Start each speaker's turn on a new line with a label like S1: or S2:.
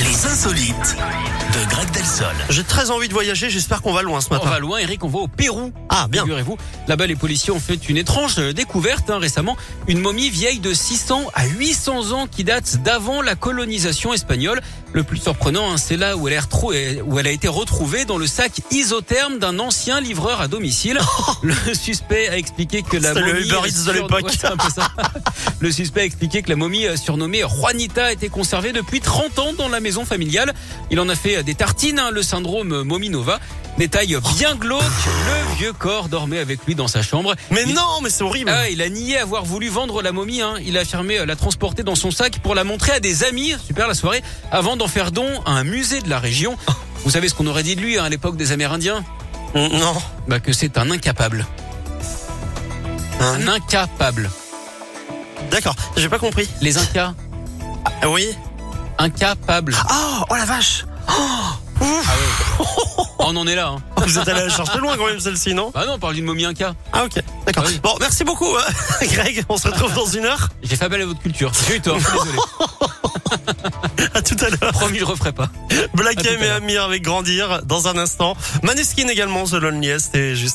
S1: insolites de Greg Delsol.
S2: J'ai très envie de voyager, j'espère qu'on va loin ce matin.
S3: On va loin, Eric, on va au Pérou.
S2: Ah, bien.
S3: Figurez-vous, là-bas, les policiers ont fait une étrange euh, découverte hein, récemment. Une momie vieille de 600 à 800 ans qui date d'avant la colonisation espagnole. Le plus surprenant, hein, c'est là où elle, est retrou- euh, où elle a été retrouvée dans le sac isotherme d'un ancien livreur à domicile. le suspect a expliqué que la
S2: C'est le
S3: momie...
S2: Uber Eats de
S3: surno-
S2: l'époque.
S3: Ouais, c'est un peu ça. le suspect a expliqué que la momie euh, surnommée Juanita a été conservée depuis 30 ans dans la maison familiale. Il en a fait euh, des tartines, hein, le syndrome Mominova. Détail bien glauque, le vieux corps dormait avec lui dans sa chambre.
S2: Mais
S3: Il-
S2: non, mais c'est horrible.
S3: Oh. Ah, il a nié avoir voulu vendre la momie. hein. Il a affirmé euh, la transporter dans son sac pour la montrer à des amis. Super la soirée. Avant d'en faire don à un musée de la région. Vous savez ce qu'on aurait dit de lui hein, à l'époque des Amérindiens
S2: Mm, Non.
S3: Bah que c'est un incapable.
S2: Hein,
S3: Un incapable.
S2: D'accord, j'ai pas compris.
S3: Les Incas,
S2: Ah oui.
S3: incapables.
S2: Oh, oh la vache. Oh, ouf.
S3: On en est là. hein.
S2: Oh, Vous êtes allé à la chercher loin quand même celle-ci, non
S3: Bah non, on parle d'une momie Inca.
S2: Ah ok, d'accord.
S3: Ah oui.
S2: Bon, merci beaucoup, hein, Greg. On se retrouve dans une heure.
S3: J'ai fait appel à votre culture. J'ai eu tort. Désolé.
S2: À tout à l'heure.
S3: Promis, je referai pas.
S2: Black
S3: À tout
S2: M et
S3: à l'heure.
S2: Amir avec Grandir dans un instant. Maneskin également, The Loneliest et juste.